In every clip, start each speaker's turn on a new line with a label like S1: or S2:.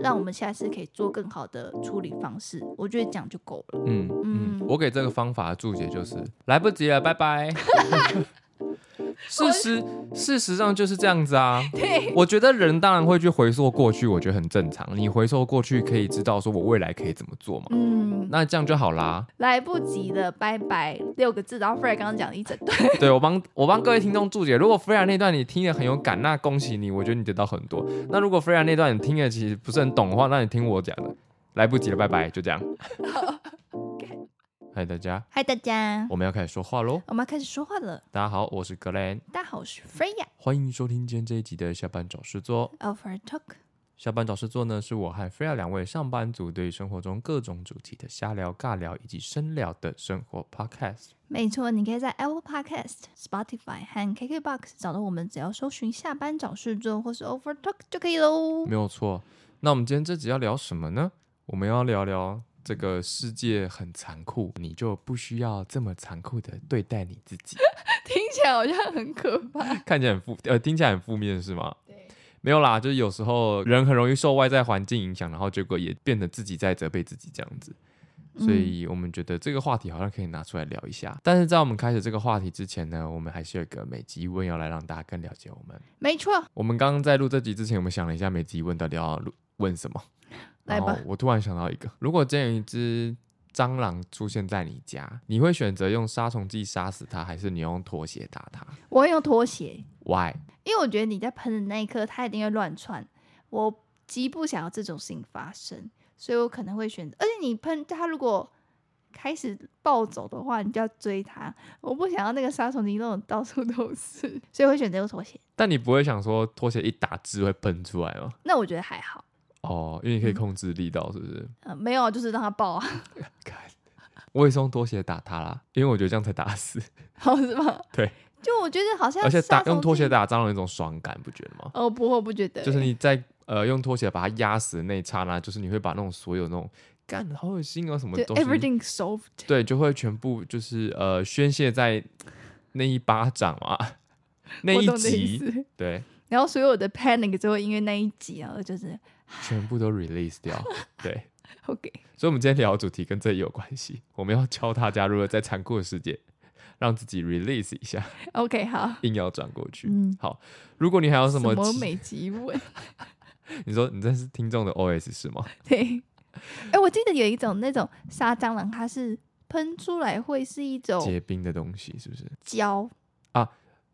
S1: 让我们下次可以做更好的处理方式。我觉得这样就够了。
S2: 嗯嗯，我给这个方法的注解就是来不及了，拜拜。事实事实上就是这样子啊。
S1: 对，
S2: 我觉得人当然会去回溯过去，我觉得很正常。你回溯过去可以知道说我未来可以怎么做嘛，
S1: 嗯，
S2: 那这样就好 啦。
S1: 来不及了，拜拜，六个字。然后 f r e d 刚刚讲了一整段，
S2: 对我帮我帮各位听众注解，如果 Freya 那段你听得很有感，那恭喜你，我觉得你得到很多。那如果 Freya 那段你听得其实不是很懂的话，那你听我讲的，来不及了，拜拜，就 这样。嗨大家，
S1: 嗨大家，
S2: 我们要开始说话喽。
S1: 我们要开始说话了。
S2: 大家好，我是 Glen，
S1: 大家好，我是 Freya
S2: 欢迎收听今天这一集的下班找事做。
S1: of Her Talk。
S2: 下班找事做呢，是我和 Freya 两位上班族对生活中各种主题的瞎聊、尬聊以及深聊的生活 Podcast。
S1: 没错，你可以在 Apple Podcast、Spotify 和 KKBox 找到我们，只要搜寻“下班找事做”或是 “Over Talk” 就可以喽。
S2: 没有错。那我们今天这集要聊什么呢？我们要聊聊这个世界很残酷，你就不需要这么残酷的对待你自己。
S1: 听起来好像很可怕。
S2: 看起来很负，呃，听起来很负面是吗？没有啦，就是有时候人很容易受外在环境影响，然后结果也变得自己在责备自己这样子。
S1: 嗯
S2: 所以我们觉得这个话题好像可以拿出来聊一下。但是在我们开始这个话题之前呢，我们还是有一个每集一问要来让大家更了解我们。
S1: 没错，
S2: 我们刚刚在录这集之前，我们想了一下每集一问到底要录问什么。
S1: 来
S2: 然后
S1: 吧，
S2: 我突然想到一个，如果今天有一只蟑螂出现在你家，你会选择用杀虫剂杀死它，还是你用拖鞋打它
S1: 我会用拖鞋，
S2: ？Why？
S1: 因为我觉得你在喷的那一刻，它一定会乱窜。我极不想要这种事情发生，所以我可能会选择。而且你喷它，如果开始暴走的话，你就要追它。我不想要那个杀虫剂弄得到处都是，所以我会选择用拖鞋。
S2: 但你不会想说拖鞋一打汁会喷出来吗？
S1: 那我觉得还好，
S2: 哦，因为你可以控制力道，是不是？
S1: 呃，没有，就是让它爆啊，
S2: 看， 我也是用拖鞋打它啦，因为我觉得这样才打 得死，
S1: 好是吗？
S2: 对。
S1: 就我觉得好像
S2: 而且打
S1: 杀虫
S2: 用拖鞋
S1: 剂，
S2: 打蟑螂有一种爽感，不觉得吗？
S1: 哦，不，我不觉得，
S2: 就是你在呃用拖鞋把它压死的那一刹那，就是你会把那种所有那种干好恶心哦什么
S1: 就
S2: 东西
S1: everything solved。
S2: 对，就会全部就是呃宣泄在那一巴掌啊， 那
S1: 我
S2: 一
S1: 懂你的意
S2: 集，
S1: 思。
S2: 对，
S1: 然后所有的 panic 就会因为那一集，然后就是
S2: 全部都 release 掉，对。
S1: OK，
S2: 所以，我们今天聊的主题跟这也有关系。 我们要教大家如何在残酷的世界让自己 release 一下，
S1: OK，好，
S2: 硬要转过去。
S1: 嗯，
S2: 好，如果你还有什
S1: 什
S2: 么
S1: 么
S2: 其，
S1: 美啊极吻？
S2: 你说你这是听众的 OS 是吗？
S1: 对，哎，我记得有一种那种杀蟑螂，它是喷出来会是一种
S2: 结冰的东西是不是？
S1: 胶，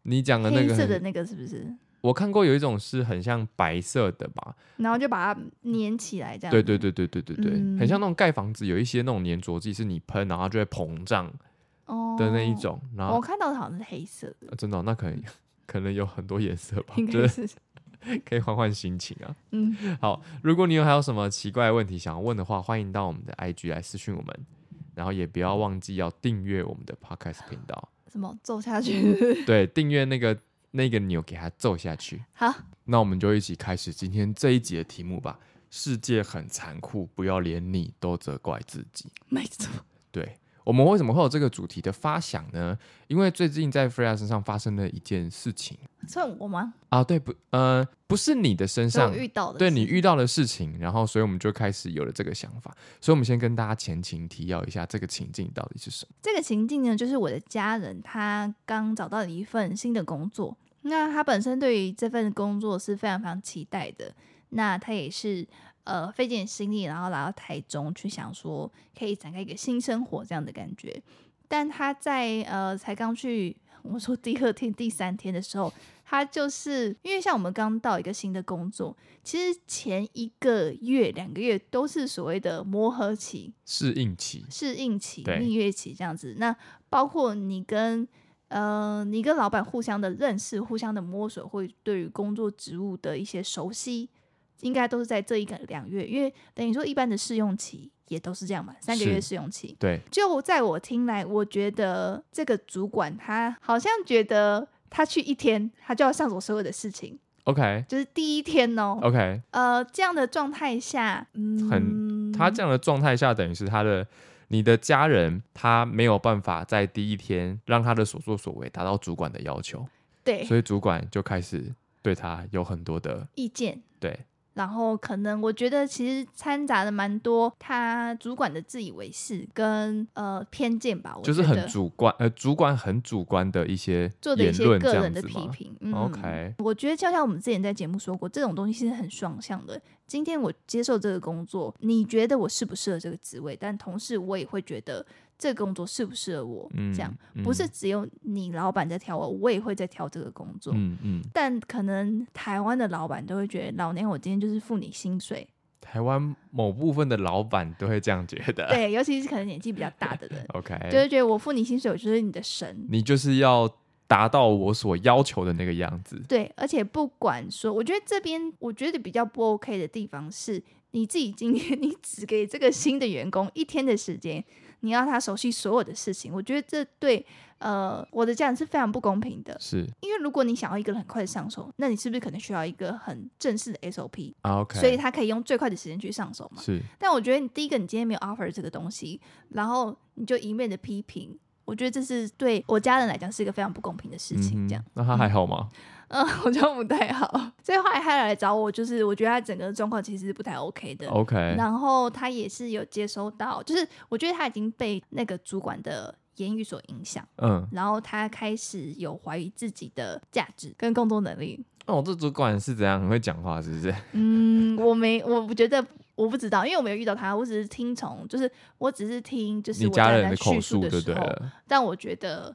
S2: 你讲的那
S1: 黑
S2: 个
S1: 色的
S2: 很，
S1: 那个是不是？
S2: 我看过有一种是很像白色的吧？
S1: 然后就把它粘起来，这样
S2: 对对对对对对对，
S1: 嗯
S2: 很像那种盖房子有一些那种粘着剂，是你喷然后它就会膨胀
S1: 哦
S2: 的那一。种，啊然
S1: 我
S2: 后、
S1: 看到的好像是黑色的，
S2: 呃真的哦、那可能 可能有很多颜色吧，
S1: 应
S2: 就
S1: 该
S2: 是
S1: 是，
S2: 可以换换心情啊。
S1: 嗯，
S2: 好，如果你有还有什么奇怪的问题想要问的话，欢迎到我们的 IG 来私讯我们，然后也不要忘记要订阅我们的 Podcast 频道，
S1: 什么揍下去？
S2: 对，订阅那个那个钮给它揍下去。
S1: 好，
S2: 那我们就一起开始今天这一集的题目吧。世界很残酷，不要连你都责怪自己。
S1: 没错，
S2: 对，我们为什么会有这个主题的发想呢？因为最近在 Freya 身上发生了一件事情
S1: 算我吗？
S2: 啊，对不，呃，不是你的身
S1: 是
S2: 上
S1: 我，遇到的，
S2: 对你，遇到的事情，然后所以我们就开始有了这个想法。所以我们先跟大家前情提要一下，这个情境到底是什么？
S1: 这个情境呢，就是我的家人他刚找到了一份新的工作，那他本身对于这份工作是非常非常期待的，那他也是呃费尽心力，然后来到台中去想说可以展开一个新生活这样的感觉，但他在呃才刚去。我说第二天、第三天的时候，他就是因为像我们刚到一个新的工作，其实前一个月、两个月都是所谓的磨合期，
S2: 适应期，
S1: 适应期、
S2: 对
S1: 蜜月期这样子。那包括你跟呃，你跟老板互相的认识、互相的摸索，会对于工作职务的一些熟悉，应该都是在这一个两月，因为等于说一般的试用期也都是这样嘛，三个
S2: 是
S1: 月试用期。
S2: 对，
S1: 就在我听来，我觉得这个主管他好像觉得他去一天，他就要上手所有的事情，
S2: ，OK。
S1: 就是第一天哦。
S2: OK，
S1: 呃，这样的状态下，嗯，
S2: 很他这样的状态下，等于是他的你的家人，他没有办法在第一天让他的所作所为达到主管的要求，
S1: 对
S2: 所以主管就开始对他有很多的
S1: 意见，
S2: 对
S1: 然后可能我觉得其实掺杂的蛮多他主管的自以为是跟呃偏见吧，我
S2: 就是
S1: 觉
S2: 很
S1: 得
S2: 主观，呃，主管很主观的一些
S1: 做的一
S2: 言
S1: 些
S2: 论
S1: 个
S2: 这
S1: 人
S2: 样
S1: 的
S2: 子
S1: 批
S2: 吗？
S1: 评。嗯
S2: OK
S1: 我觉得就像我们之前在节目说过，这种东西是很双向的。今天我接受这个工作，你觉得我适不适合这个职位，但同时我也会觉得这个工作适不适合我。
S2: 嗯，
S1: 这样不是只有你老板在挑我，我也会在挑这个工作。
S2: 嗯，嗯嗯，
S1: 但可能台湾的老板都会觉得，老娘我今天就是付你薪水，
S2: 台湾某部分的老板都会这样觉 得。，
S1: 对，尤其是可能年纪比较大的人
S2: OK，
S1: 就会觉得我付你薪水，我就是你的神。
S2: 你就是要达到我所要求的那个样子。
S1: 对，而且不管说，我觉得这边我觉得比较不 OK 的地方是，你自己今天 你只给这个新的员工一天的时间，你要他熟悉所有的事情，我觉得这对呃我的家人是非常不公平的。
S2: 是
S1: 因为如果你想要一个人很快的上手，那你是不是可能需要一个很正式的 SOP，
S2: 啊，OK，
S1: 所以他可以用最快的时间去上手嘛？
S2: 是
S1: 但我觉得你第一个，你今天没有 offer 这个东西，然后你就一面的批评，我觉得这是对我家人来讲是一个非常不公平的事情。这样，
S2: 嗯哼那他还好吗？
S1: 嗯， 我觉得不太好。所以后来他来找我，就是我觉得他整个状况其实是不太 OK 的。
S2: OK，
S1: 然后他也是有接收到，就是我觉得他已经被那个主管的言语所影响，
S2: 嗯，
S1: 然后他开始有怀疑自己的价值跟工作能力。
S2: 那哦我这主管是怎样很会讲话，是不是？
S1: 嗯，我没，我不觉得，我不知道，因为我没有遇到他，我只是听从，就是我只是听，就是
S2: 你
S1: 我家
S2: 人
S1: 在
S2: 的口
S1: 叙
S2: 述
S1: 述的
S2: 就
S1: 时
S2: 对
S1: 候，
S2: 了。
S1: 但我觉得，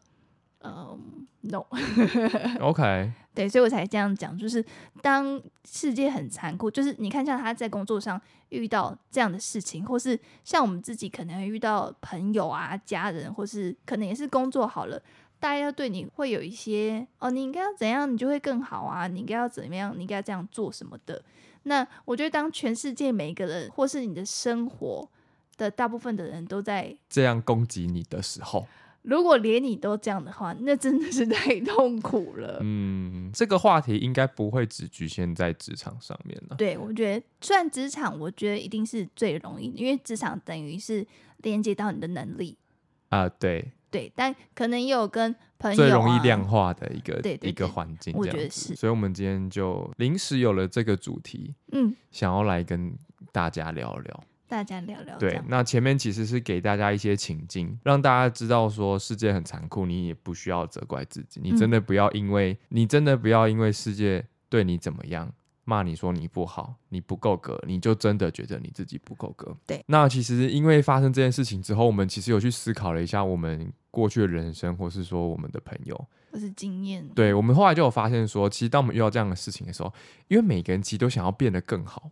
S1: 嗯，no，
S2: OK，
S1: 对，所以我才这样讲，就是当世界很残酷，就是你看像他在工作上遇到这样的事情，或是像我们自己可能会遇到朋友啊、家人，或是可能也是工作好了。大家对你会有一些哦，你应该要怎样，你就会更好啊！你应该要怎么样，你应该要这样做什么的。那我觉得，当全世界每一个人，或是你的生活的大部分的人都在
S2: 这样攻击你的时候，
S1: 如果连你都这样的话，那真的是太痛苦了。
S2: 嗯，这个话题应该不会只局限在职场上面了。
S1: 对，我觉得虽然职场，我觉得一定是最容易的，因为职场等于是连接到你的能力，
S2: 啊，对，
S1: 对，但可能也有跟朋友、啊、
S2: 最容易量化的一个
S1: 对对
S2: 一个
S1: 对
S2: 环境，
S1: 我
S2: 这样
S1: 觉得
S2: 子
S1: 是
S2: 所以我们今天就临时有了这个主题，
S1: 嗯，
S2: 想要来跟大家聊聊。
S1: 大家聊聊这
S2: 对
S1: 样，，
S2: 那前面其实是给大家一些情境，让大家知道说世界很残酷，你也不需要责怪自己，你真的不要因为、你真的不要因为世界对你怎么样。骂你说你不好，你不够格，你就真的觉得你自己不够格。
S1: 对，
S2: 那其实因为发生这件事情之后，我们其实有去思考了一下我们过去的人生，或是说我们的朋友，
S1: 或是经验，
S2: 对我们后来就有发现说，其实当我们遇到这样的事情的时候，因为每个人其实都想要变得更好，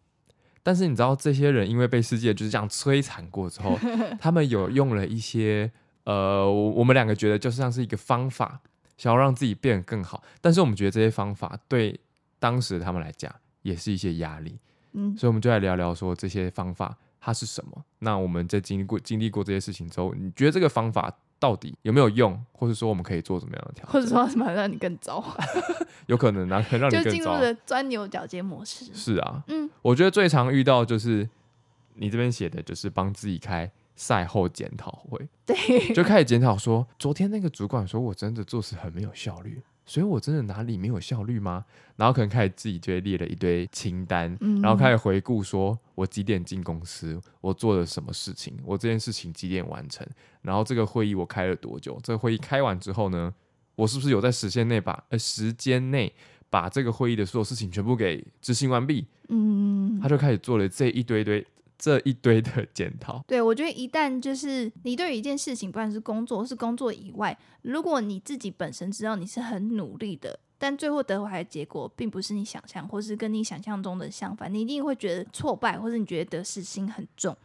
S2: 但是你知道这些人因为被世界就是这样摧残过之后，他们有用了一些呃，我我们两个觉得就像是一个方法，想要让自己变得更好，但是我们觉得这些方法对当时他们来讲也是一些压力，
S1: 嗯，
S2: 所以我们就来聊聊说这些方法它是什么。那我们在经历过经历过这些事情之后，你觉得这个方法到底有没有用，或者说我们可以做怎么样的调整？
S1: 或者说什么让你更糟，
S2: 有可能啊，可能让
S1: 就
S2: 你
S1: 进
S2: 更
S1: 入
S2: 糟。
S1: 了钻牛角尖模式，
S2: 是啊，
S1: 嗯，
S2: 我觉得最常遇到就是你这边写的，就是帮自己开赛后检讨 会，
S1: 对，
S2: 就开始检讨说，昨天那个主管说我真的做事很没有效率，所以我真的哪里没有效率吗？然后可能开始自己就会列了一堆清单，
S1: 嗯
S2: 然后开始回顾说我几点进公司，我做了什么事情，我这件事情几点完成，然后这个会议我开了多久，这个会议开完之后呢，我是不是有在时限内把呃时间内把这个会议的所有事情全部给执行完毕？
S1: 嗯
S2: 他。就开始做了这一堆堆这一堆的检讨。
S1: 对，我觉得一旦就是你对于一件事情，不管是工作或是工作以外，如果你自己本身知道你是很努力的，但最后得回来的结果并不是你想象，或是跟你想象中的相反，你一定会觉得挫败，或是你觉得得失心很重。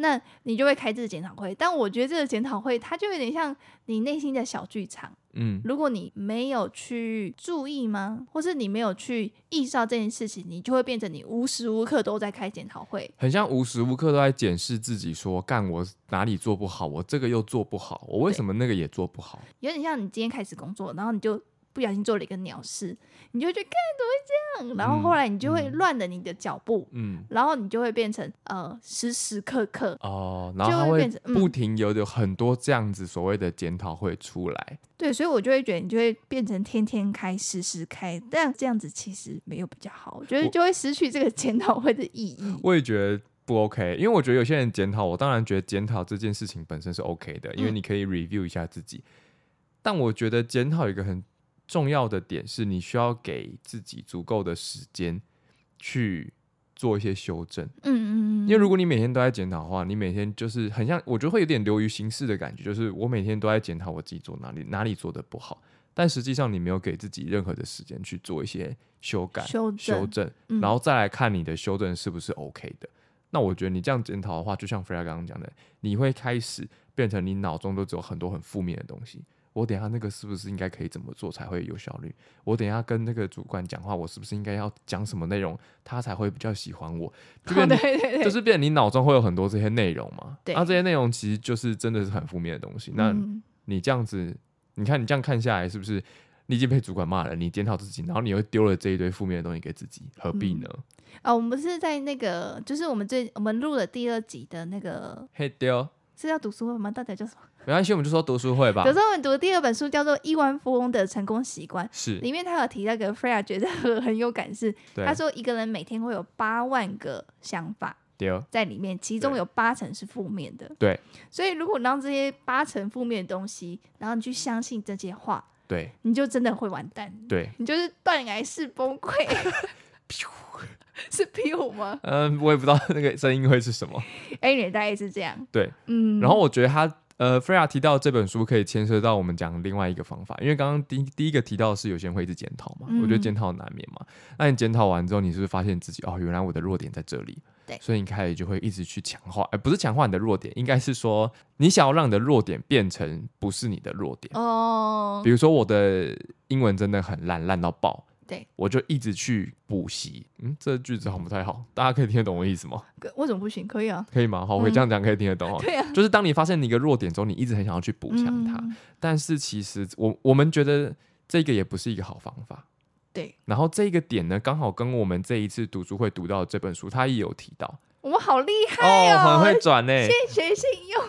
S1: 那你就会开这个检讨会，但我觉得这个检讨会它就有点像你内心的小剧场。
S2: 嗯，
S1: 如果你没有去注意吗，或是你没有去意识到这件事情，你就会变成你无时无刻都在开检讨会。
S2: 很像无时无刻都在检视自己说干我哪里做不好，我这个又做不好，我为什么那个也做不好？
S1: 有点像你今天开始工作，然后你就不小心做了一个鸟事，你就会觉得看怎么会这样，然后后来你就会
S2: 嗯
S1: 乱了你的脚步，
S2: 嗯，
S1: 然后你就会变成呃时时刻刻，
S2: 哦，然后
S1: 就
S2: 它
S1: 会
S2: 会
S1: 变成嗯
S2: 不停有有很多这样子所谓的检讨会出来，
S1: 对，所以我就会觉得你就会变成天天开时时开，但这样子其实没有比较好，我觉得
S2: 我
S1: 就会失去这个检讨会的意义。
S2: 我也觉得。不 OK，因为我觉得有些人检讨，我当然觉得检讨这件事情本身是 OK 的，因为
S1: 嗯
S2: 你可以 review 一下自己。但我觉得检讨有一个很重要的点是，你需要给自己足够的时间去做一些修正。
S1: 嗯嗯嗯，
S2: 因为如果你每天都在检讨的话，你每天就是很像，我觉得会有点流于形式的感觉，就是我每天都在检讨我自己做哪里哪里做的不好，但实际上你没有给自己任何的时间去做一些修改、
S1: 修
S2: 修
S1: 正，
S2: 正，
S1: 嗯
S2: 然后再来看你的修正是不是 OK 的。那我觉得你这样检讨的话，就像菲拉刚刚讲的，你会开始变成你脑中都只有很多很负面的东西。我等一下那个是不是应该可以怎么做才会有效率？我等一下跟那个主管讲话，我是不是应该要讲什么内容，他才会比较喜欢我？就
S1: 哦
S2: 变
S1: 对对
S2: 就
S1: 对，
S2: 是变成你脑中会有很多这些内容嘛，
S1: 对
S2: 那、这些内容其实就是真的是很负面的东西。那
S1: 嗯
S2: 你这样子，你看你这样看下来，是不是你已经被主管骂了？你检讨自己，然后你又丢了这一堆负面的东西给自己，何必呢？
S1: 啊、我们不是在那个，就是我们最我们录了第二集的那个
S2: 嘿丢，
S1: 是叫读书会吗？到底叫什么？
S2: 没关系，我们就说读书会 吧
S1: 有。时候我们读的第二本书叫做《亿万富翁的成功习惯》，
S2: 是，
S1: 里面他有提到一个 Freya 觉得很很有感是，
S2: 对
S1: 他，说一个人每天会有八万个想法
S2: 丢，
S1: 在里面，其中
S2: 对
S1: 有八成是负面的。
S2: 对，
S1: 所以如果让这些八成负面的东西，然后你去相信这些话，
S2: 对，
S1: 你就真的会完蛋，
S2: 对，
S1: 你就是断崖式崩 溃。是 P 吗？
S2: 嗯，我也不知道那个声音会是什么。
S1: 哎、你大概是这样。
S2: 对，
S1: 嗯，
S2: 然后我觉得他呃，菲亚提到这本书可以牵涉到我们讲另外一个方法，因为刚刚第第一个提到的是有些人会一直检讨嘛，
S1: 嗯
S2: 我觉得检讨难免嘛。那你检讨完之后，你是不是发现自己哦，原来我的弱点在这里？
S1: 对
S2: 所以你开始就会一直去强化，哎、不是强化你的弱点，应该是说你想要让你的弱点变成不是你的弱点。
S1: 哦
S2: 比，如说我的英文真的很烂，烂到爆。
S1: 对，
S2: 我就一直去补习。嗯，这句子好像不太好，大家可以听得懂我意思吗？
S1: 可为什么不行？可以啊，
S2: 可以吗？好，我
S1: 嗯
S2: 这样讲可以听得懂哦。
S1: 对啊，
S2: 就是当你发现你一个弱点之后，你一直很想要去补强它，
S1: 嗯
S2: 但是其实我我们觉得这个也不是一个好方法。
S1: 对
S2: 然后这个点呢，刚好跟我们这一次读书会读到的这本书，它也有提到哦
S1: 我们好厉害
S2: 很会转欸呢、
S1: 现学现用。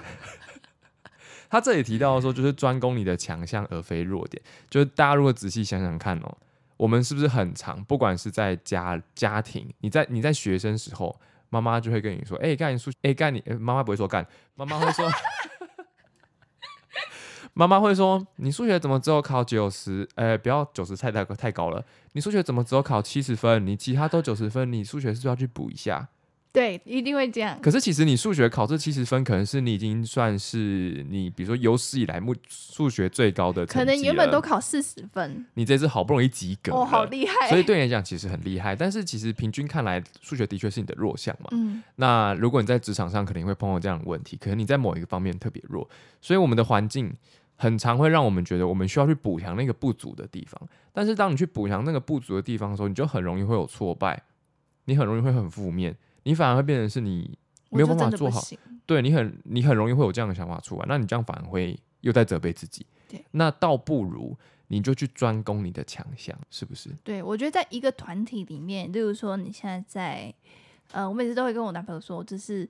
S2: 他这里提到说，就是专攻你的强项而非弱点。就是大家如果仔细想想看哦，我们是不是很常，不管是在家家庭，你在你在学生时候，妈妈就会跟你说：“哎、干你数，哎、干你。呃妈妈不会说干，妈妈会说，妈妈会说你数学怎么只有考九十？呃，不要九十太太太高了，你数学怎么只有考七十分？你其他都九十分，你数学是不是要去补一下？
S1: 对，一定会这样。
S2: 可是其实你数学考这七十分，可能是你已经算是你比如说有史以来目数学最高的成
S1: 可
S2: 绩
S1: 能原本
S2: 了
S1: 都考四十分，
S2: 你这次好不容易及格了，
S1: 哦，好厉害。
S2: 所以对你来讲其实很厉害。但是其实平均看来，数学的确是你的弱项嘛。
S1: 嗯，
S2: 那如果你在职场上肯定会碰到这样的问题，可能你在某一个方面特别弱，所以我们的环境很常会让我们觉得我们需要去补强那个不足的地方。但是当你去补强那个不足的地方的时候，你就很容易会有挫败，你很容易会很负面，你反而会变成是你
S1: 我
S2: 没有
S1: 就
S2: 办法
S1: 真的
S2: 做
S1: 不
S2: 好
S1: 行。
S2: 对你很你很容易会有这样的想法出来，那你这样反而会又在责备自己。
S1: 对，
S2: 那倒不如你就去专攻你的强项，是不是？
S1: 对，我觉得在一个团体里面，例如说你现在在，呃，我每次都会跟我男朋友说，就是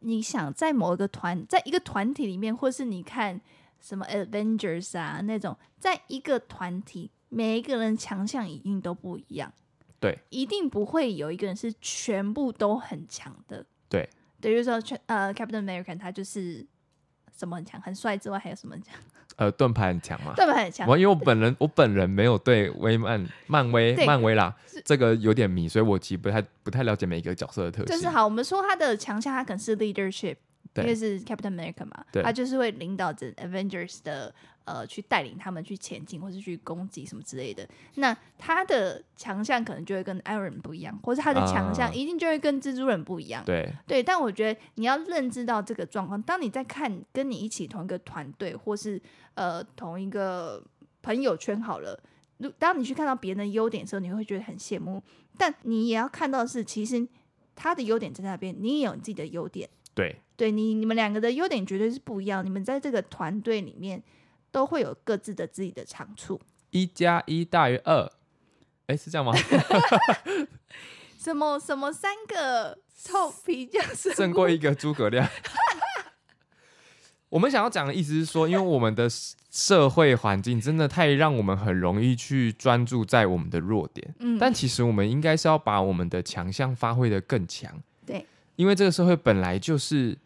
S1: 你想在某一个团，在一个团体里面，或是你看什么 Avengers 啊那种，在一个团体，每一个人强项一定都不一样，
S2: 对，
S1: 一定不会有一个人是全部都很强的，
S2: 对，
S1: 对，就是说全呃 Captain American 他就是什么很强，很帅之外还有什么很 强，
S2: 呃，盾牌很强嘛。
S1: 对吧？很强，
S2: 我因为我本人我本人没有对威漫漫威
S1: 对
S2: 漫威啦这个有点迷，所以我其实不太不太了解每一个角色的特性。
S1: 就是好，我们说他的强项，他可能是 leadership，
S2: 对
S1: 因为是 Captain America 嘛
S2: 对，
S1: 他就是会领导着 Avengers 的呃去带领他们去前进，或是去攻击什么之类的。那他的强项可能就会跟 Iron Man 不一样，或是他的强
S2: 啊
S1: 项一定就会跟蜘蛛人不一样。
S2: 对
S1: 对，但我觉得你要认知到这个状况。当你在看跟你一起同一个团队，或是呃同一个朋友圈好了，如当你去看到别人的优点的时候，你会觉得很羡慕，但你也要看到的是，其实他的优点在那边，你也有你自己的优点。
S2: 对
S1: 对你，你们两个的优点绝对是不一样，你们在这个团队里面都会有各自的自己的长处。
S2: 一加一大于二，哎，是这样吗？
S1: 什么什么三个臭皮匠 胜
S2: 胜过一个诸葛亮。 我们想要讲的意思是说，因为我们的社会环境真的太让我们很容易去专注在我们的弱点，
S1: 嗯，
S2: 但其实我们应该是要把我们的强项发挥的更强。
S1: 对，
S2: 因为这个社会本来就是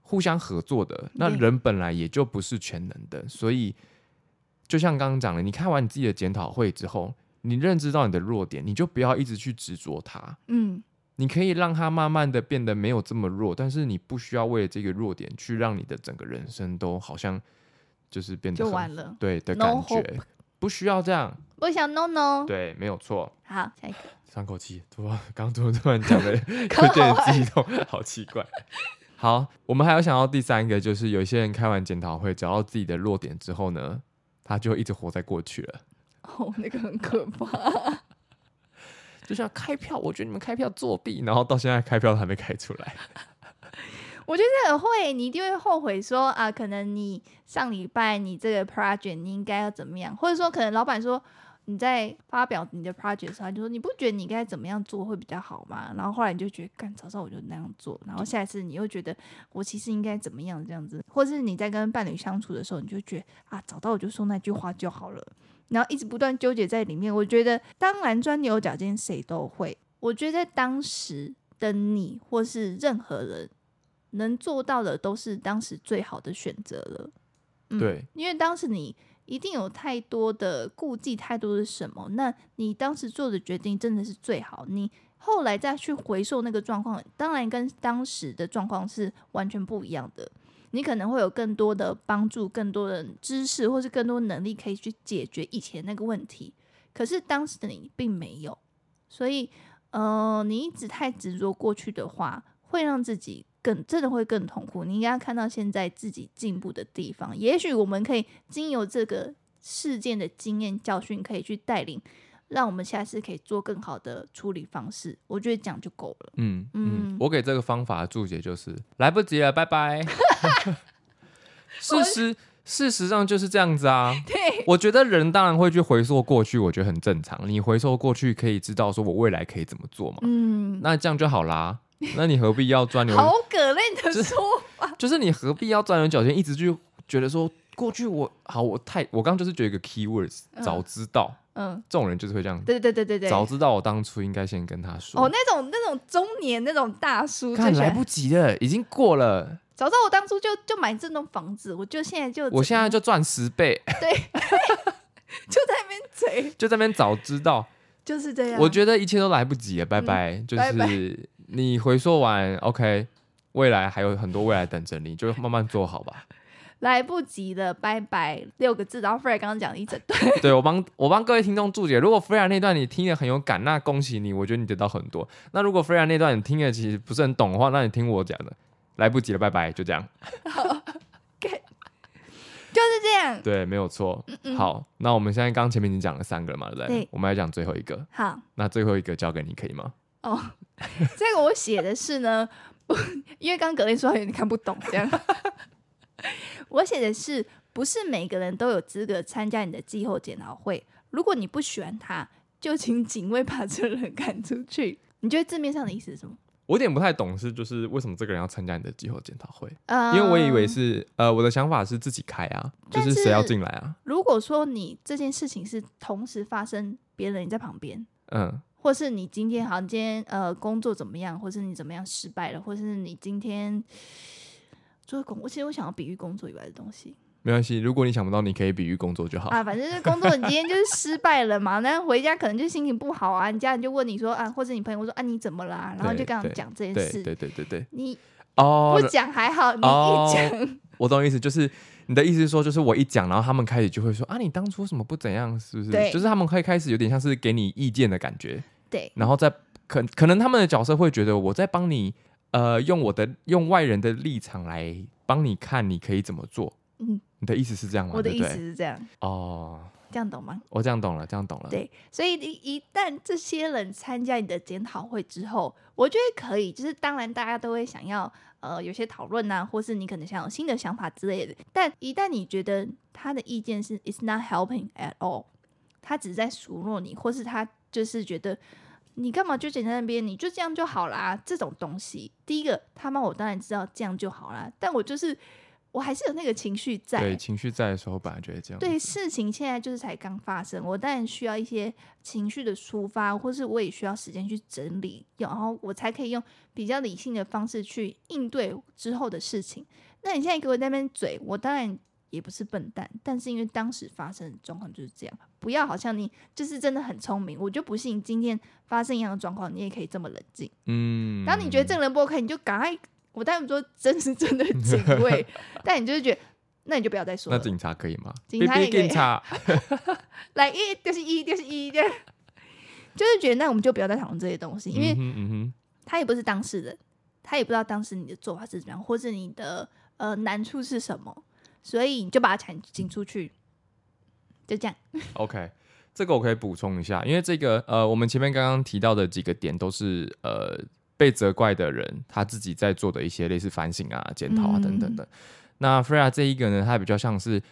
S2: 互相合作的，那
S1: 对
S2: 人本来也就不是全能的，所以就像刚刚讲的，你看完你自己的检讨会之后，你认知到你的弱点，你就不要一直去执着它。
S1: 嗯
S2: 你可以让它慢慢的变得没有这么弱，但是你不需要为了这个弱点去让你的整个人生都好像就是变得
S1: 就
S2: 很
S1: 完了。
S2: 对的
S1: No
S2: 感觉
S1: hope 哦
S2: 不需要这样。
S1: 我想 no no，
S2: 对，没有错。
S1: 好，下一个
S2: 伤口气，突然刚突然突 然讲的有点激动，好奇怪。好，我们还有想到第三个，就是有一些人开完检讨会，找到自己的弱点之后呢，他就一直活在过去了。
S1: 哦，那个很可怕，
S2: 就像开票，我觉得你们开票作弊，然后到现在开票都还没开出来。
S1: 我觉得很会，你一定会后悔说啊，可能你上礼拜你这个 project 你应该要怎么样，或者说可能老板说你在发表你的 project 的时候，他就说你不觉得你应该怎么样做会比较好吗？然后后来你就觉得，干，早知道我就那样做，然后下一次你又觉得我其实应该怎么样这样子，或是你在跟伴侣相处的时候，你就觉得啊，早到我就说那句话就好了，然后一直不断纠结在里面。我觉得，当然钻牛角尖谁都会，我觉得当时的你或是任何人。能做到的都是当时最好的选择了。嗯
S2: 对，
S1: 因为当时你一定有太多的顾忌，太多的什么，那你当时做的决定真的是最好。你后来再去回溯那个状况，当然跟当时的状况是完全不一样的。你可能会有更多的帮助、更多的知识，或是更多能力可以去解决以前那个问题。可是当时的你并没有，所以呃，你一直太执着过去的话，会让自己更真的会更痛苦。你应该看到现在自己进步的地方，也许我们可以经由这个事件的经验教训，可以去带领，让我们下次可以做更好的处理方式。我觉得这样就够了。
S2: 嗯嗯
S1: 嗯，
S2: 我给这个方法的注解就是来不及了，拜拜。事实事实上就是这样子啊。
S1: 对，
S2: 我觉得人当然会去回溯过去，我觉得很正常。你回溯过去可以知道说我未来可以怎么做嘛，
S1: 嗯，
S2: 那这样就 好啦。那你何必要钻牛？
S1: 好啊葛泪的
S2: 这
S1: 说
S2: 就是你何必要钻牛角尖，一直去觉得说过去我好，我太我刚刚就是觉得一个 key words，
S1: 嗯
S2: 早知道
S1: 嗯，
S2: 这种人就是会这样。
S1: 对对对对对
S2: 早
S1: 对。
S2: 知道我当初应该先跟他说。
S1: 哦，那种那种中年那种大叔，
S2: 看
S1: 就喜
S2: 来
S1: 欢
S2: 不及了，已经过了，
S1: 早知道我当初就就买这栋房子，我就现在 就
S2: 我现在就赚十倍。
S1: 就在那边嘴，
S2: 就在那边早知 道，
S1: 就是这样。
S2: 我觉得一切都来不及了，拜拜。就
S1: 啊嗯拜拜
S2: 是你回溯完，OK，未来还有很多未来等着你，就慢慢做好 吧。
S1: 来不及了，拜拜六个字。然后 Fred 刚刚讲了一整段，
S2: 对我帮我帮各位听众注解，如果 Freya 那段你听得很有感，那恭喜你，我觉得你得到很多。那如果 Freya 那段你听得其实不是很懂的话，那你听我讲的，来不及了，拜拜，就这样。
S1: 就是这样。
S2: 对，没有错。好，那我们现在刚前面已经讲了三个了嘛，对不对？
S1: 嗯对
S2: 我们来讲最后一个，
S1: 好，
S2: 那最后一个交给你可以吗？
S1: 哦，这个我写的是呢， 因为刚刚格雷说有点看不懂，这样。 我写的是，不是每个人都有资格参加你的季后检讨会。如果你不喜欢他，就请警卫把这人赶出去。你觉得字面上的意思是什么？
S2: 我有点不太懂是就是为什么这个人要参加你的季后检讨会？
S1: 呃，
S2: 因为我以为是呃，我的想法是自己开啊，就
S1: 但
S2: 是
S1: 是
S2: 谁要进来啊？
S1: 呃如果说你这件事情是同时发生，别人也在旁边，
S2: 嗯，
S1: 或是你今天好，像今天呃工作怎么样，或是你怎么样失败了，或是你今天做工，我其实我想要比喻工作以外的东西
S2: 没关系，如果你想不到，你可以比喻工作就好。
S1: 啊，反正就是工作你今天就是失败了嘛， 那回家可能就心情不好啊，你家人就问你说啊，或者你朋友说啊你怎么啦、然后就
S2: 对
S1: 跟他
S2: 对
S1: 讲这件
S2: 对
S1: 事，
S2: 对对对对，
S1: 你
S2: 哦
S1: 不，讲还好，你
S2: 哦
S1: 一讲，
S2: 我懂意思，就是你的意思是说，就是我一讲，然后他们开始就会说啊，你当初为什么不怎样，是不是？
S1: 对
S2: 就是他们会开始有点像是给你意见的感觉，
S1: 对
S2: 然后再可可能他们的角色会觉得我在帮你，呃，用我的用外人的立场来帮你看你可以怎么做。
S1: 嗯，
S2: 你的意思是这样吗？
S1: 我的
S2: 对
S1: 意
S2: 不
S1: 思
S2: 对
S1: 是这样，
S2: 哦，
S1: 这样懂吗？
S2: 我这样懂了，这样懂了。
S1: 对，所以你一旦这些人参加你的检讨会之后，我觉得可以，就是当然大家都会想要呃有些讨论啊，或是你可能想有新的想法之类的。但一旦你觉得他的意见是 "It's not helping at all"，他只是在数落你，或是他就是觉得你干嘛纠结在那边，你就这样就好啦。这种东西，第一个他妈我当然知道这样就好啦，但我就是我还是有那个情绪在，
S2: 对，情绪在的时候本来就会这样。
S1: 对事情现在就是才刚发生，我当然需要一些情绪的抒发，或是我也需要时间去整理，然后我才可以用比较理性的方式去应对之后的事情。那你现在给我在那边嘴，我当然也不是笨蛋，但是因为当时发生的状况就是这样，不要好像你就是真的很聪明，我就不信今天发生一样的状况，你也可以这么冷静。
S2: 嗯，
S1: 当你觉得这个人不 OK，你就赶快，我当然不说真是真的警 卫，但你就是觉得。那你就不要再说
S2: 那
S1: 了。
S2: 警察可以吗？
S1: 警察
S2: 哔哔
S1: 也可以
S2: 警察，
S1: 来一就是一就是一，这样就是觉得那我们就不要再讨论这些东 西，因为
S2: 嗯哼嗯哼
S1: 他也不是当事人，他也不知道当时你的做法是怎么样，或者你的呃难处是什么，所以你就把他请请出去，就这样。
S2: OK，这个我可以补充一下，因为这个呃，我们前面刚刚提到的几个点都是呃被责怪的人他自己在做的一些类似反省啊、检讨啊
S1: 嗯
S2: 等等的。那 Freya 这一个呢，他比较像是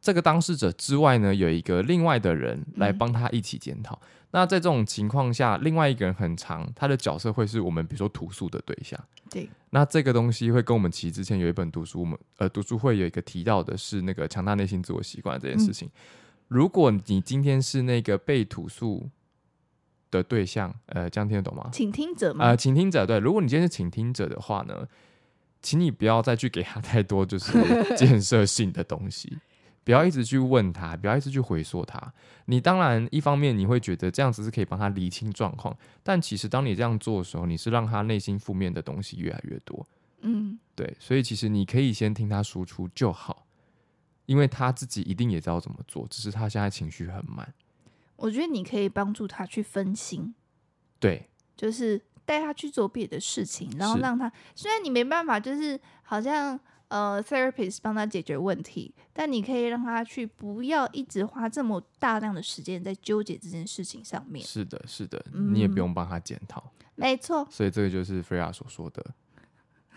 S2: 这个当事者之外呢，有一个另外的人来帮他一起检讨。那在这种情况下，另外一个人很长，他的角色会是我们比如说投诉的对象。
S1: 对，
S2: 那这个东西会跟我们其实之前有一本读书，我们呃读书会有一个提到的是那个强大内心自我习惯这件事情。如果你今天是那个被吐诉的对象，呃，这样听得懂吗？
S1: 请听者嘛，
S2: 呃，倾听者对，如果你今天是倾听者的话呢，请你不要再去给他太多就是建设性的东西， 不要一直去问他，不要一直去回溯他。你当然一方面你会觉得这样子是可以帮他厘清状况，但其实当你这样做的时候，你是让他内心负面的东西越来越多。
S1: 嗯，
S2: 对，所以其实你可以先听他输出就好，因为他自己一定也知道怎么做，只是他现在情绪很满。
S1: 我觉得你可以帮助他去分心，
S2: 对，
S1: 就是带他去做别的事情，然后
S2: 是
S1: 让他虽然你没办法，就是好像呃 therapist 帮他解决问题，但你可以让他去不要一直花这么大量的时间在纠结这件事情上面。
S2: 是的，是的，你也不
S1: 嗯
S2: 用帮他检讨。
S1: 没错，
S2: 所以这个就是菲亚所说的，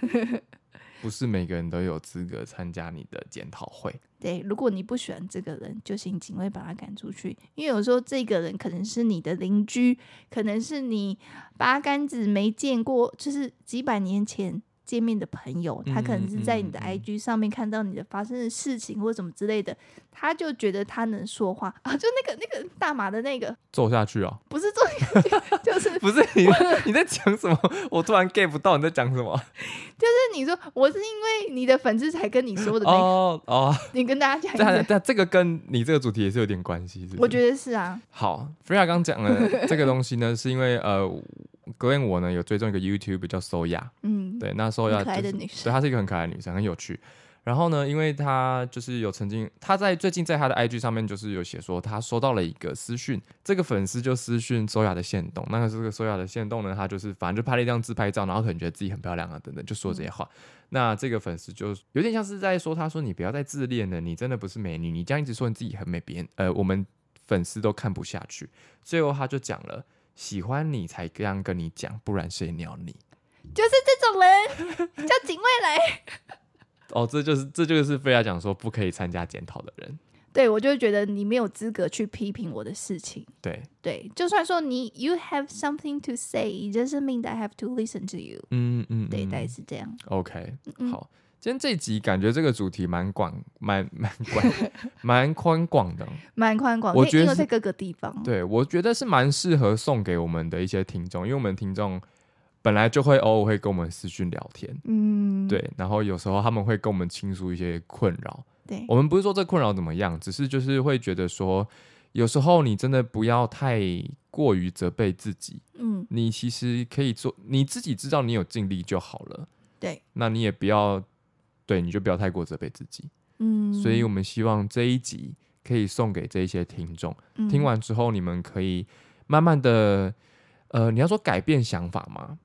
S2: 不是每个人都有资格参加你的检讨会。
S1: 对，如果你不喜欢这个人，就请警卫把他赶出去，因为有时候这个人可能是你的邻居，可能是你八竿子没见过，就是几百年前。见面的朋友，他可能是在你的
S2: 嗯嗯嗯
S1: IG 上面看到你的发生的事情或什么之类的，他就觉得他能说话啊，就那个那个大马的那个，
S2: 揍下 去哦！
S1: 不是重点， 就是
S2: 不是你，你在讲什么？我突然 get 不到你在讲什么。
S1: 是你说我是因为你的粉丝才跟你说的那个，
S2: 哦 哦，
S1: 你跟大家讲一
S2: 但
S1: 下，
S2: 但这个跟你这个主题也是有点关系。
S1: 我
S2: 得
S1: 觉得是啊，
S2: 好。菲亚刚讲的这个东西呢，是因为呃，格恩我呢有追踪一个 YouTube 叫 Soya，
S1: 嗯，
S2: 对，那 Soya
S1: 很可爱
S2: 就
S1: 的
S2: 是
S1: 女
S2: 对，
S1: 生，
S2: 她是一个很可爱的女生，很有趣。然后呢，因为她就是有曾经，她在最近在她的 IG 上面就是有写说，她收到了一个私讯，这个粉丝就私讯周雅的线动，那个这个周雅的线动呢，她就是反正就拍了一张自拍照，然后可能觉得自己很漂亮啊等等，就说这些话。
S1: 嗯
S2: 那这个粉丝就有点像是在说，她说你不要再自恋了，你真的不是美女，你这样一直说你自己很美，别人呃我们粉丝都看不下去。最后她就讲了，喜欢你才这样跟你讲，不然谁鸟你？
S1: 就是这种人，叫警卫来。
S2: 哦，这就是这就是菲亚讲说不可以参加检讨的人，
S1: 对我就会觉得你没有资格去批评我的事情。
S2: 对，
S1: 对，就算说你 you have something to say, it doesn't mean that I have to listen to you。
S2: 嗯嗯，
S1: 对，
S2: 嗯
S1: 大概是这样。
S2: OK，
S1: 嗯
S2: 好，今天这一集感觉这个主题蛮广，蛮蛮 广，蛮宽广的，
S1: 蛮宽广，
S2: 我
S1: 可以
S2: 觉得
S1: 应用
S2: 是
S1: 在各个地方。
S2: 对我觉得是蛮适合送给我们的一些听众，因为我们听众本来就会偶尔会跟我们私讯聊天，
S1: 嗯，
S2: 对，然后有时候他们会跟我们倾诉一些困扰，
S1: 对，
S2: 我们不是说这困扰怎么样，只是就是会觉得说，有时候你真的不要太过于责备自己。
S1: 嗯，
S2: 你其实可以做，你自己知道你有尽力就好了。
S1: 对，
S2: 那你也不要，对，你就不要太过责备自己。
S1: 嗯，
S2: 所以我们希望这一集可以送给这一些听众，
S1: 嗯
S2: 听完之后你们可以慢慢的，呃，你要说改变想法吗？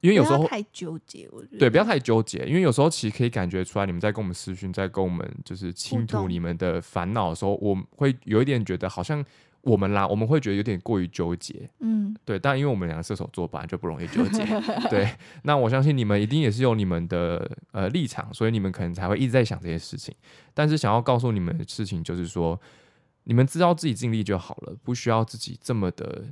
S2: 因为有时
S1: 不
S2: 候
S1: 要太纠结，我觉得
S2: 对，不要太纠结，因为有时候其实可以感觉出来，你们在跟我们私讯，在跟我们就是倾
S1: 互
S2: 吐
S1: 动
S2: 你们的烦恼的时候，我们会有一点觉得好像我们啦，我们会觉得有点过于纠结。
S1: 嗯，
S2: 对，但因为我们两个射手座本来就不容易纠 结，对，那我相信你们一定也是有你们的呃立场，所以你们可能才会一直在想这些事情。但是想要告诉你们的事情就是说，你们知道自己尽力就好了，不需要自己这么的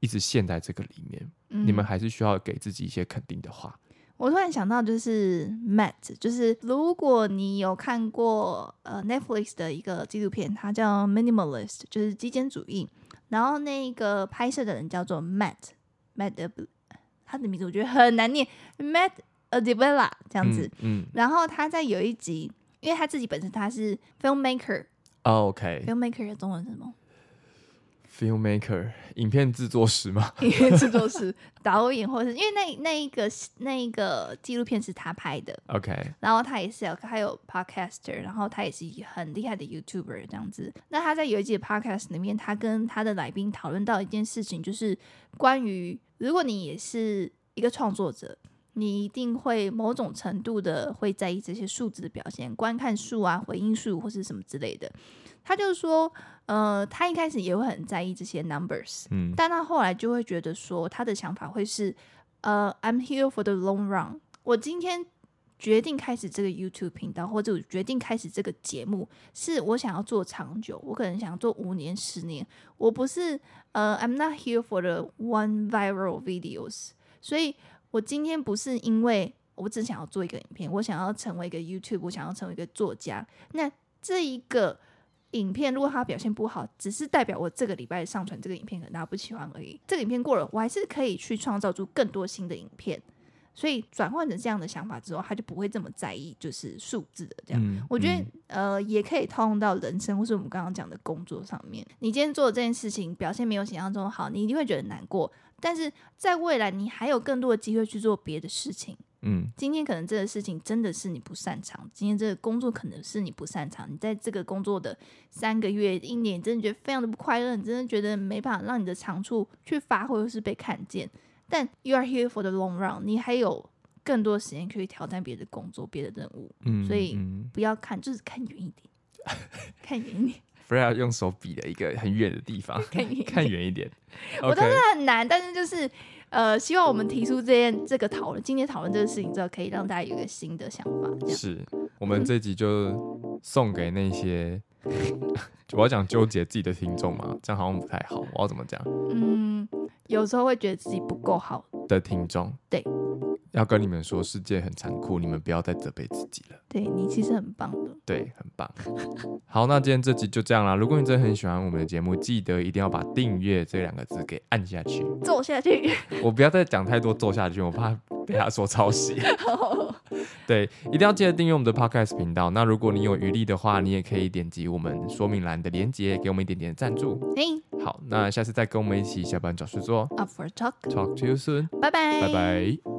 S2: 一直陷在这个里面。
S1: 嗯
S2: 你们还是需要给自己一些肯定的话。
S1: 我突然想到，就是 Matt，就是如果你有看过呃 Netflix 的一个纪录片，它叫 Minimalist，就是极简主义。然后那个拍摄的人叫做 Matt Matt，Ab- 他的名字我觉得很难念，Matt Adivella 这样子。
S2: 嗯，嗯
S1: 然后他在有一集，因为他自己本身他是 filmmaker，filmmaker
S2: 哦，OK，
S1: 的中文是什么？
S2: filmmaker 影片制作师嘛，
S1: 音乐制作师、导演，或者是因为那那一个那一个纪录片是他拍的，
S2: OK，
S1: 然后他也是有，他有 podcaster，然后他也是很厉害的 YouTuber 这样子。那他在有一集的 podcast 里面，他跟他的来宾讨论到一件事情，就是关于如果你也是一个创作者，你一定会某种程度的会在意这些数字的表现，观看数啊、回应数或是什么之类的。他就是说，呃，他一开始也会很在意这些 numbers，
S2: 嗯，
S1: 但他后来就会觉得说，他的想法会是，呃，I'm here for the long run。我今天决定开始这个 YouTube 频道，或者我决定开始这个节目，是我想要做长久，我可能想做五年、十年。我不是呃，I'm not here for the one viral videos。所以我今天不是因为我只想要做一个影片，我想要成为一个 YouTube，我想要成为一个作家。那这一个影片如果它表现不好，只是代表我这个礼拜上传这个影片可能大家不喜欢而已。这个影片过了，我还是可以去创造出更多新的影片。所以转换成这样的想法之后，他就不会这么在意就是数字的这样。
S2: 嗯
S1: 我觉得
S2: 嗯、
S1: 呃，也可以套用到人生或是我们刚刚讲的工作上面。你今天做的这件事情表现没有想象中好，你一定会觉得难过。但是在未来，你还有更多的机会去做别的事情。
S2: 嗯
S1: 今天可能这个事情真的是你不擅长，今天这个工作可能是你不擅长。你在这个工作的三个月、一年，你真的觉得非常的不快乐，你真的觉得没办法让你的长处去发挥或是被看见。但 you are here for the long run，你还有更多时间可以挑战别的工作、别的任务。
S2: 嗯
S1: 所以
S2: 嗯
S1: 不要看，就是看远一点， 看远一点，
S2: Freya 用手比了一个很远的地方，
S1: 看远一
S2: 看
S1: 点。
S2: 远一点。
S1: 我
S2: OK，
S1: 当然很难，但是就是呃，希望我们提出这件这个讨论，今天讨论这个事情之后，可以让大家有一个新的想法。这样，
S2: 是我们这集就送给那些 我要讲纠结自己的听众嘛，这样好像不太好。我要怎么讲
S1: 嗯，有时候会觉得自己不够好，
S2: 的听众？
S1: 对，
S2: 要跟你们说，世界很残酷，你们不要再责备自己了。
S1: 对你其实很棒的。
S2: 对，很棒。好，那今天这集就这样啦。如果你真的很喜欢我们的节目，记得一定要把订阅这两个字给按下去。
S1: 做下去，
S2: 我不要再讲太多做下去，我怕被他说抄袭。对，一定要记得订阅我们的 Podcast 频道。那如果你有余力的话，你也可以点击我们说明栏的连接，给我们一点点赞助。
S1: 嘿
S2: 好，那下次再跟我们一起下班找事做
S1: ，up for talk，
S2: ，Talk to you soon，
S1: 拜拜，
S2: 拜拜。